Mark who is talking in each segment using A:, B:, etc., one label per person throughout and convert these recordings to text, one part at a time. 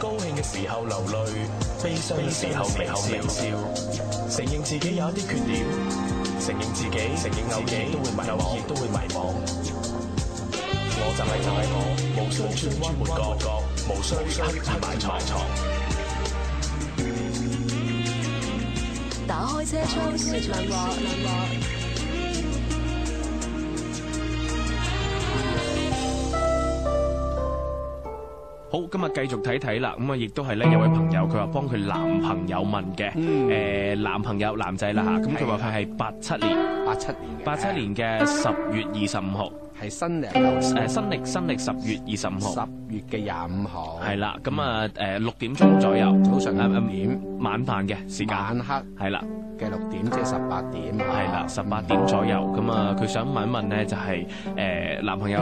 A: 興嘅時候流淚，悲傷嘅時候微笑，承認自己有一啲缺點，承認自己，承認偶然都會迷惘，亦都會迷惘。我就係就係我，無需轉彎抹角，無需刻意埋藏。
B: 打開車窗説亮話，
C: 好，今日繼續睇睇啦。咁啊，亦都係咧有位朋友，佢話幫佢男朋友問嘅。誒、
D: 嗯
C: 男朋友男仔啦吓，咁佢話佢係八七年，
D: 八七年嘅，啊
C: 八七年嘅十月二十五號，
D: 係新曆流
C: 誒、新歷新歷十月二十五號，
D: 十月嘅廿五號，
C: 係啦。咁啊誒六點鐘左右，
D: 早上
C: 誒
D: 五
C: 誒
D: 點，
C: 晚飯嘅時間，
D: 晚黑
C: 係啦。
D: 嘅六點，即係十八點，啊
C: 係啦，十八點左右咁啊，佢想問一問咧，就係、呃男朋友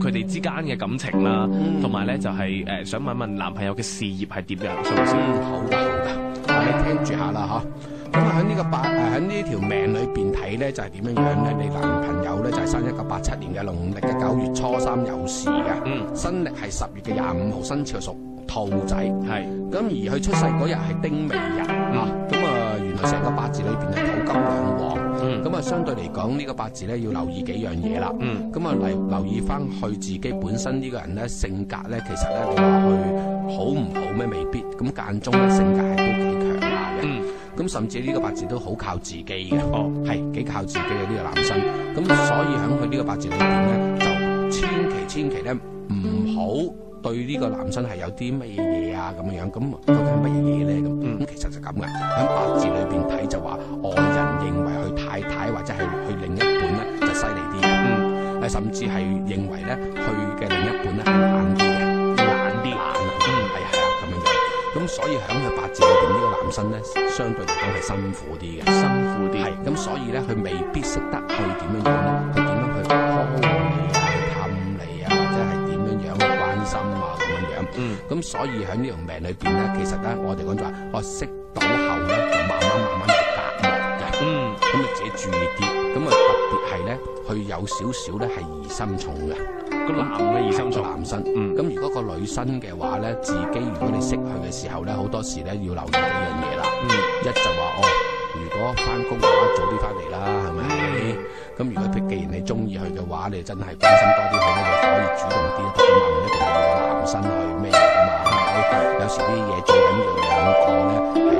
C: 佢哋之間嘅感情啦，
D: 嗯
C: 同埋咧就係、呃想問一問男朋友嘅事業係點樣，係咪先？
D: 嗯，好噶好噶，我哋聽住下啦嗬。咁啊喺呢個八誒喺呢條命裏邊睇咧，就係點樣樣咧？你男朋友咧就係生一九八七年嘅農曆嘅九月初三有時嘅，
C: 嗯，
D: 新曆係十月嘅廿五號，生肖屬兔仔。
C: 係
D: 咁而佢出世嗰日係丁未日啊，咁啊原來成個八字裏邊係土金兩旺，
C: 嗯
D: 咁啊相對嚟講呢個八字咧要留意幾樣嘢啦。
C: 嗯
D: 咁啊，嚟留意翻佢自己本身呢個人咧性格咧，其實咧你話佢好唔好咩？未必。咁間中咧性格係都幾強下嘅。
C: 嗯
D: 咁甚至呢個八字都好靠自己嘅，
C: 哦
D: 係幾靠自己嘅呢個男生。咁所以喺佢呢個八字裏邊咧，就千祈千祈咧唔好對呢個男生係有啲乜嘢嘢啊咁樣樣。咁究竟乜嘢嘢咧咁？咁、
C: 嗯
D: 其實就咁嘅。喺八字裏邊睇就話，外人認為佢太太或者係佢另一半咧就犀利啲嘅。
C: 嗯，
D: 誒，甚至係認為咧，佢嘅另一半咧係懶啲嘅，懶啲懶啊，係係啊咁樣樣。咁所以喺佢八字裏邊呢個男生咧，相對嚟講係辛苦啲嘅。
C: 辛苦啲，
D: 係咁，所以咧佢未必識得去點樣樣咧，去點樣去呵護你啊，去氹你啊，或者係點樣樣去關心啊咁樣樣。
C: 嗯
D: 咁所以喺呢條命裏邊咧，其實咧我哋講就話，我識到後咧就慢慢慢慢去隔膜嘅。
C: 嗯
D: 咁啊自己注意啲，咁啊特別係咧，佢有少少咧係疑心重嘅，
C: 個男嘅疑心重，
D: 男生。
C: 嗯
D: 咁如果個女生嘅話咧，自己如果你識佢嘅時候咧，好多時咧要留意幾樣嘢啦。
C: 嗯
D: 一就話哦，如果翻工嘅話，早啲翻嚟啦，係咪？咁如果佢既然你中意佢嘅話，你真係關心多啲佢咧，你可以主動啲，咁啊唔一定係要個男生去咩㗎嘛，係咪？有時啲嘢最緊要兩個咧係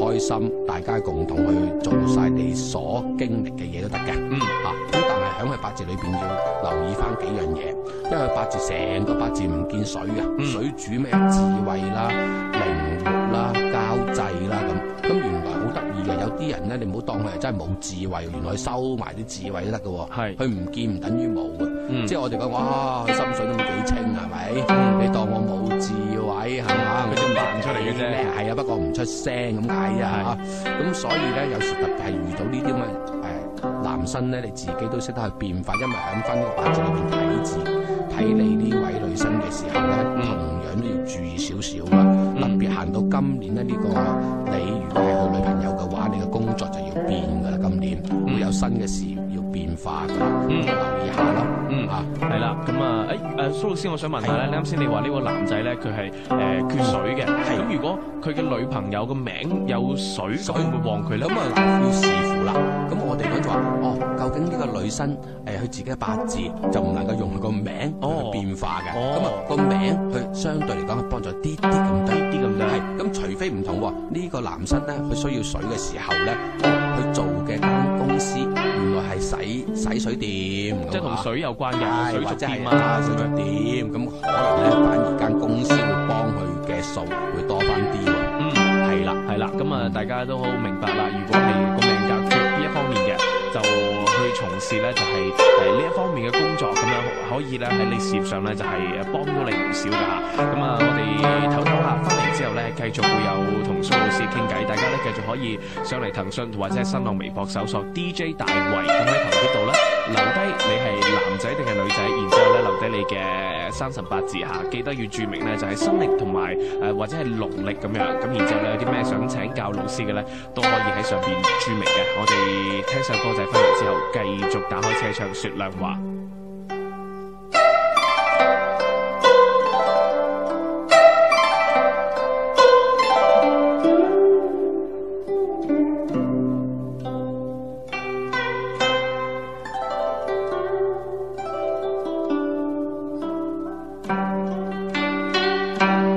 D: 開心，大家共同去做晒你所經歷嘅嘢都得嘅。
C: 嗯
D: 啊，咁但係喺佢八字裏邊要留意翻幾樣嘢，因為佢八字成個八字唔見水嘅，
C: 嗯
D: 水主咩智慧啦、靈活啦、交際啦咁。咁原來好得意嘅，有啲人咧，你唔好當佢係真係冇智慧，原來佢收埋啲智慧都得嘅喎。
C: 係
D: 佢唔見唔等於冇嘅，
C: 嗯
D: 即係我哋講哇，佢心水都幾清係咪？你當我冇智慧係嘛？
C: 佢就扮出嚟嘅啫
D: 係啊，不過唔出聲咁解
C: 哦
D: 啊。咁所以咧，有時特別係遇到呢啲咁嘅誒男生咧，你自己都識得去變化，因為喺翻呢個八字裏邊睇字睇你呢位女生嘅時候咧，
C: 嗯
D: 同樣都要注意少少啊啦。特別行到今年咧，呢、個你如果係佢女朋友嘅話，你嘅工作就要變㗎啦。今年會有新嘅事業要變化㗎啦，
C: 嗯
D: 留意下啦。
C: 嗯
D: 啊，
C: 係啦，咁啊，誒誒蘇老師，我想問下咧，你啱先你話呢個男仔咧，佢係誒缺水嘅，咁如果佢嘅女朋友個名有水，咁
D: 水
C: 會唔會旺佢咧
D: 咁？啊嗱，要視乎啦。咁我哋講就話，哦，究竟呢個女生誒佢、自己嘅八字就唔能夠用佢個名
C: 哦
D: 去變化嘅。咁啊
C: 哦
D: 個名佢相對嚟講係幫助啲啲咁多。
C: 啲咁樣，
D: 係，咁除非唔同喎，呢、個男生咧，佢需要水嘅時候咧，佢做嘅間公司原來係洗洗水店咁啊，
C: 即係同水有關嘅，
D: 係
C: 水
D: 或
C: 族
D: 者
C: 店
D: 係
C: 啊，
D: 啊水族店，咁可能咧反而間公司會幫佢嘅數會多翻啲喎，
C: 嗯。
D: 係啦。
C: 係啦，咁啊，大家都好明白啦。如果係個命格缺呢一方面嘅，啊就去從事咧就係呃誒呢一方面嘅工作，咁樣可以咧喺你事業上咧就係誒幫到你唔少噶吓。咁啊，我哋唞唞下，翻嚟之後咧繼續會有同蘇老師傾偈，大家咧繼續可以上嚟騰訊或者係新浪微博搜索 DJ 大維，咁喺頭呢度咧留低你係男仔定係女仔，然之後咧留低你嘅生辰八字吓，記得要注明咧就係新曆同埋誒或者係農曆咁樣，咁然之後咧有啲咩想請教老師嘅咧，都可以喺上邊注明嘅。我哋聽首歌仔翻嚟之後，繼續打開車窗說亮話。